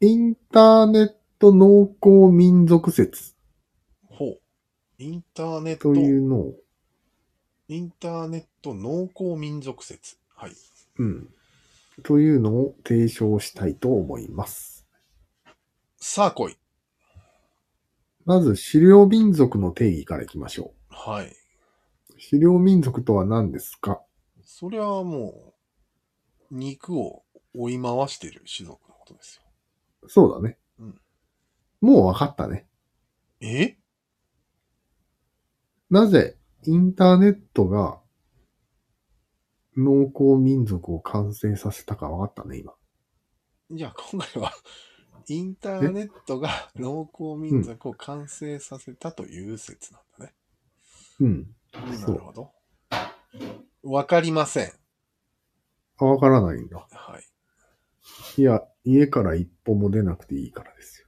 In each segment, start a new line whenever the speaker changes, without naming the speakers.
インターネット農耕民族説
ほう。インターネット
と、いうのを、
インターネット農耕民族説。はい。
うん。というのを提唱したいと思います。
さあ来い。
まず、狩猟民族の定義からいきましょ
はい。
う。狩猟民族とは何ですか
それはもう、肉を追い回してる種族のことですよ。
そうだね。
うん
もうわかったね。
え
なぜインターネットが農耕民族を完成させたかわかったね、今。
じゃあ今 回は、インターネットが農耕民族を完成させたという説なんだね。
うん。
な
そう
るほど。わかりません。
あわからないんだ。
はい。
いや、家から一歩も出なくていいからですよ。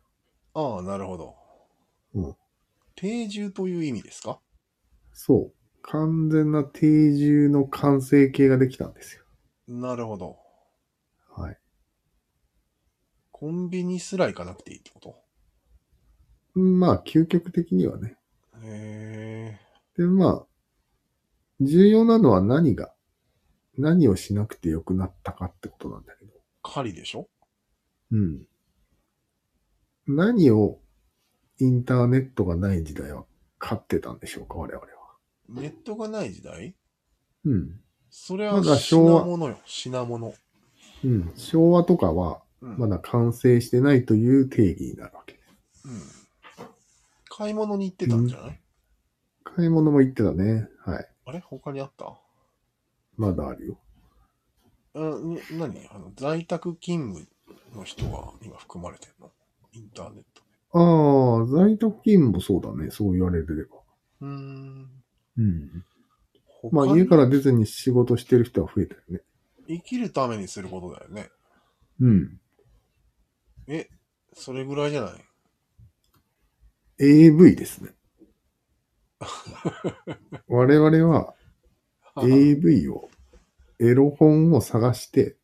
ああ、なるほど。
うん
定住という意味ですか
そう。完全な定住の完成形ができたんですよ。
なるほど。
はい。
コンビニすら行かなくていいってこと
うんまあ、究極的にはね。
へえ。
で、まあ、重要なのは何が、何をしなくてよくなったかってことなんだけど。
狩りでしょ
うん。何をインターネットがない時代は買ってたんでしょうか、我々は。
ネットがない時代
うん。
それ
ま
は
だ
品
昭和
物よ。品物。
うん。昭和とかは
うん
まだ完成してないという定義になるわけ。
うん買い物に行ってたんじゃない、
買い物も行ってたね。はい。
あれ他にあった
まだあるよ。
うん、ん何あの、在宅勤務の人が今含まれてんのインターネット。
ああ、在宅勤務もそうだね。そう言われれば。
うーん。
うん。
他
まあ
に
家から出ずに仕事してる人は増えたよね。
生きるためにすることだよね。
うん。
それぐらいじゃない
AV です ね。我々は AV を、エロ本を探して、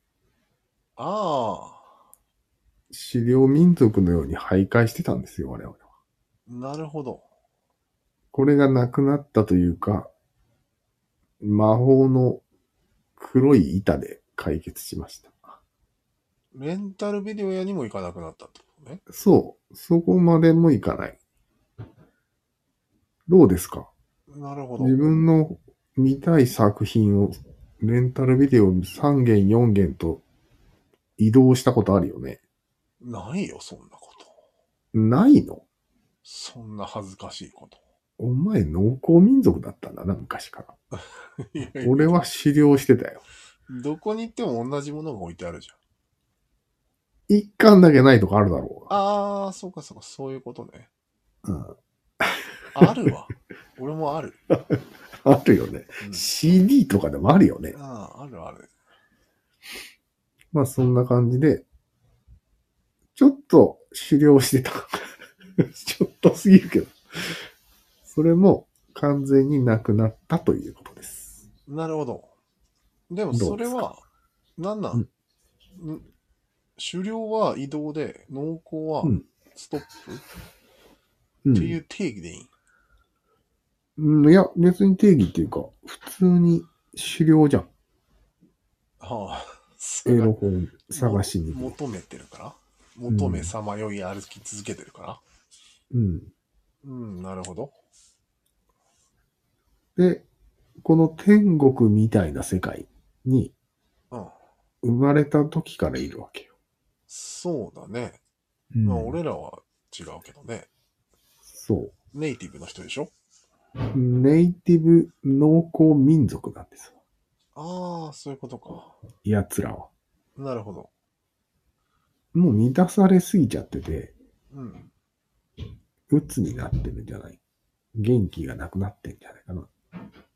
ああ、
狩猟民族のように徘徊してたんですよ、我々は。
なるほど。
これがなくなったというか、魔法の黒い板で解決しました。
レンタルビデオ屋にも行かなくなったってことね。
そう、そこまでもいかない。どうですか
なるほど。
自分の見たい作品をレンタルビデオ3件4件と移動したことあるよね。
ないよ、そんなこと。
ないの
そんな恥ずかしいこと。
お前農耕民族だったんだな、昔から。
いやいや
俺は狩猟してたよ。
どこに行っても同じものが置いてあるじゃん。
一巻だけないとかあるだろうが。
ああ、そうかそうか、そういうことね。
うん
あるわ。 俺もある。
あるよね。
うん
CD とかでもあるよね。
ああ、あるある。
まあそんな感じで、ちょっと狩猟してた。 ちょっとすぎるけど。それも完全になくなったということです。
なるほど。でも
ど
そう
で
れ
すか
は、なんなん、ん狩猟は移動で、農耕は
うん
ストップ、
うん
っていう定義でいい。
うん、いや、別に定義っていうか、普通に狩猟じゃん。
はあ、そ
エ
れが
ロ本探しに行く。
求めてるから。求めさまよい歩き続けてるから。
うん。
うん、なるほど。
で、この天国みたいな世界に
うん。
生まれた時からいるわけよ。
そうだね。
うん
まあ、俺らは違うけどね。
そう。
ネイティブの人でしょ
ネイティブ農耕民族なんですよ。
ああ、そういうことか。
奴らは。
なるほど。
もう満たされすぎちゃってて、
うん。
鬱になってるんじゃない元気がなくなってんじゃないかな。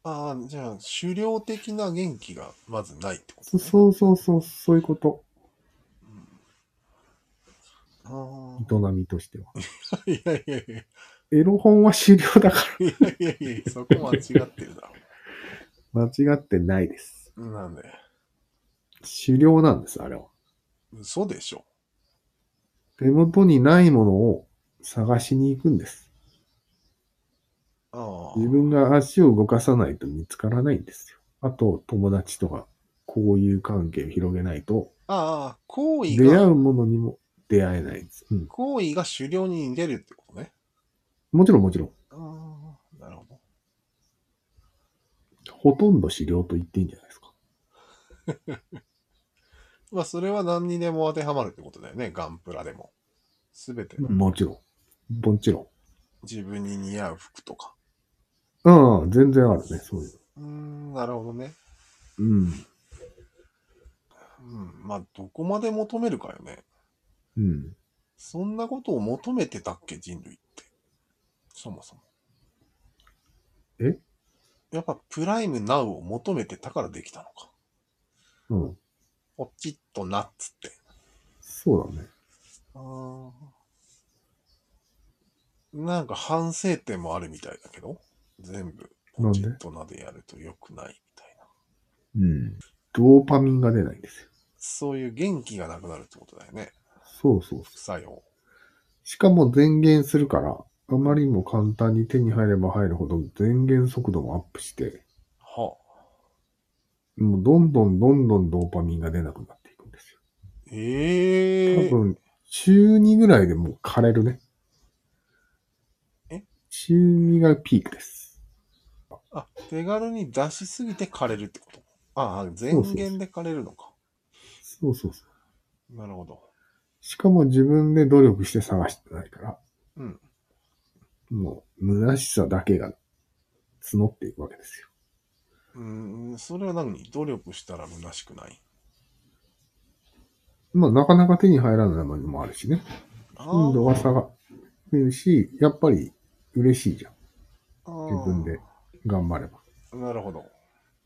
ああ、じゃあ、狩猟的な元気がまずないってこ
そ
と
そうそうそう、そういうこと。
ああ
営みとしては。
いやいやいやい
エロ本は狩猟だか
やいやいや、そこ間違ってるだ
ら。 間違ってないです。
ろ。なんで、
狩猟なんです、あれは。
嘘でしょ。
手元にないものを探しに行くんです。
ああ。
自分が足を動かさないと見つからないんですよ。あと、友達とか、こういう関係を広げないと、
ああ、行為
出会
が、
うものにも出会えないんです。うん。
行為が狩猟に出るってことね。
もちろんもちろん、
ああ、なるほど。
ほとんど狩猟と言っていいんじゃないですか。
まあ、それは何にでも当てはまるってことだよね。ガンプラでも。すべて。
もちろん。もちろ
自分に似合う服とか。
ん。うん、全然あるね、そういう
うーん、なるほどね。
の。
うん。まあ、どこまで求めるかよね。
うん。うん。
そんなことを求めてたっけ、人類って。そもそも。
え
やっぱ、プライムナウを求めてたからできたのか。
うん。
ポチッとなっつって。
そうだね。
あーなんか反省点もあるみたいだけど、全部ポチッとなでやると良くないみたいな。
うん。ドーパミンが出ないんですよ。
そういう元気がなくなるってことだよね。
そうそうそう。
副作用。
しかも前減するから、あまりにも簡単に手に入れば入るほど前減速度もアップして、
はあ、
もうどんどんどんどんドーパミンが出なくなっていくんですよ。
ええ
多分、中2ぐらいでもう枯れるね。
え
中2がピークです。
あ、手軽に出しすぎて枯れるってことああ、前
そうそう
言で枯れるのか。
そうそうそう。
なるほど。
しかも自分で努力して探してないから、
うん。
もう虚しさだけが募っていくわけですよ。
うーん、それは何努力したら虚しくない
まあなかなか手に入らないものもあるしね。
あー
頻度が下がるし、やっぱり嬉しいじゃん。
あー
自分で頑張れば。
なるほど。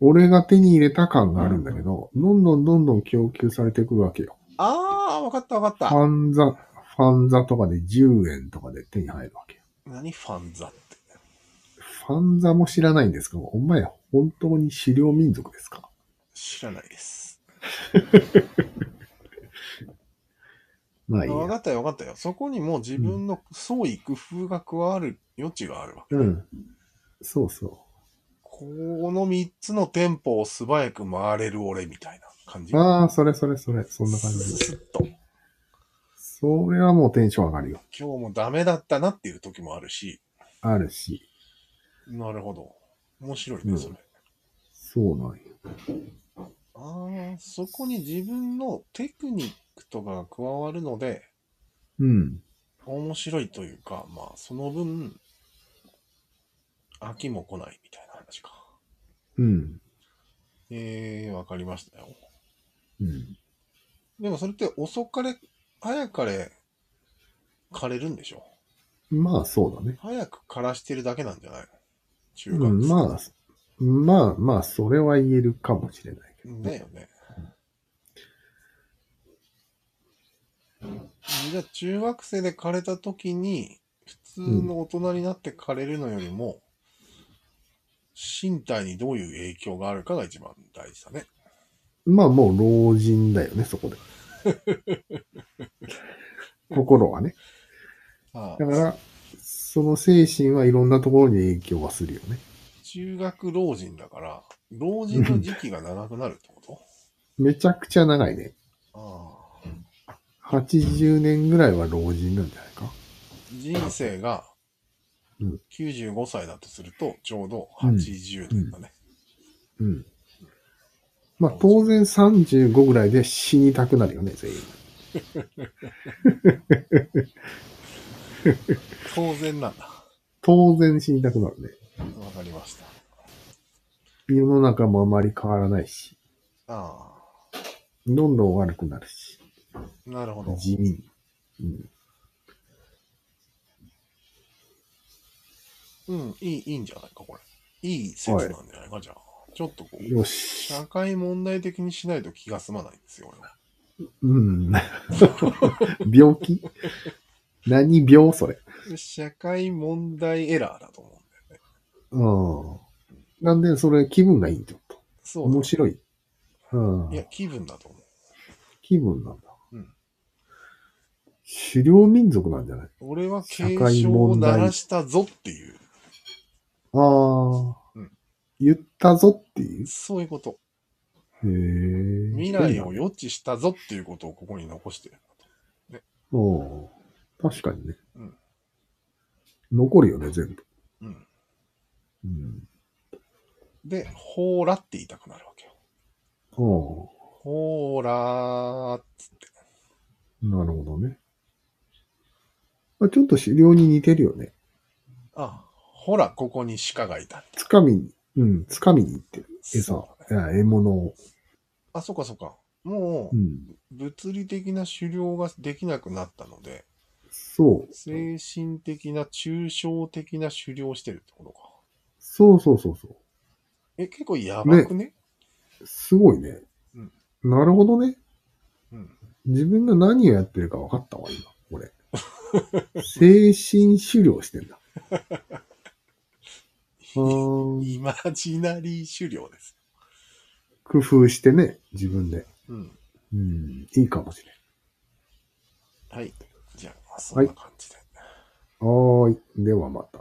俺が手に入れた感があるんだけど、どんどんどんどん供給されていくわけよ。
ああ、わかったわかっ
フ
た。
ァンザ、ファンザとかで10円とかで手に入るわけよ。
何ファンザって。
ファンザも知らないんですけど、お前本当に狩猟民族ですか
知らないです。
まあいい
分
や。
かったよ、分かったよ。そこにもう自分の創意工夫が加わる余地があるわけ。
うん。そうそ
この3つのテンポを素早く回れる俺みたいな感じ。
う。ああ、それそれそれ、そんな感じ
スッと。今
それはもうテンション上がるよ。
日もダメだったなっていう時もあるし。
あるし。
なるほど。面白いうね、
ん
それ。
そうなんよ。
ああ、そこに自分のテクニックとかが加わるので、
うん。
面白いというか、まあ、その分、飽きも来ないみたいな話か。
うん。
ええー、わかりましたよ。
うん。
でもそれって遅かれ、早かれ、枯れるんでしょ
まあそうだね。
早く枯らしてるだけなんじゃないの中学
うん、
生。
まあ、まあまあ、それは言えるかもしれないけどね。
だよね。じゃあ中学生で枯れた時に、普通の大人になって枯れるのよりも、身体にどういう影響があるかが一番大事だね。
まあもう老人だよね、そこで。心はね。
ああ
だから、その精神はいろんなところに影響はするよね。
中学老人だから、老人の時期が長くなるってこ
めちゃくちゃ長いね。
とああ。
80年ぐらいは老人なんじゃないか。
人生が
うん
95歳だとすると、ちょうど80年だね。
うん。まあ当然35ぐらいで死にたくなるよね、全員。
当然なんだ。わ
当然死にたくなるね。
かりました。
世の中もあまり変わらないし、
あ
どんどん悪くなるし、
あ、なるほど。
地味に。うん。
うん、いい、いいんじゃないか、これ。いい説なんじゃないか、じゃあ。ちょっとこう、
よし。
社会問題的にしないと気が済まないんですよ、俺は。
うん。 病気何病それ。
社会問題エラーだと思うんだよね。
うん。なんで、それ気分がいいってこと。
そうだ
面白い。う
いや、
ん。
気分だと思う。
気分なんだ。
うん
狩猟民族なんじゃない
俺は
社会
警
問題
鐘を鳴らしたぞっていう。
ああ、
うん
言ったぞっていう。
そういうこと。
へえ。
未来を予知したぞっていうことをここに残してる。
おー確かにね、
うん
残るよね、全部。
うん。
うん。
で、ほーらって言いたくなるわけよ。
お
ほーらーっつって。
ーなるほどね。まあ、ちょっと狩猟に似てるよね。
あ、ほら、ここに鹿がいた。
つかみに、うん、つかみに行ってる。餌
そ、う
いや獲物を。
あ、そうかそうか。も
う
う、
ん。
物理的な狩猟ができなくなったので、
そう。
精神的な、抽象的な狩猟をしてるってことか。
そうそうそうそ
え、結構やばくね
う。すごいね。
うん
なるほどね。
うん。
自分が何をやってるか分かったわ、今。俺。精神狩猟してんだ。 うーん
イマジナリー狩猟です。
工夫してね、自分で。
うん。
うん、いいかもしれん。
はい。じゃあ、そんな感じで。
はーい。ではまた。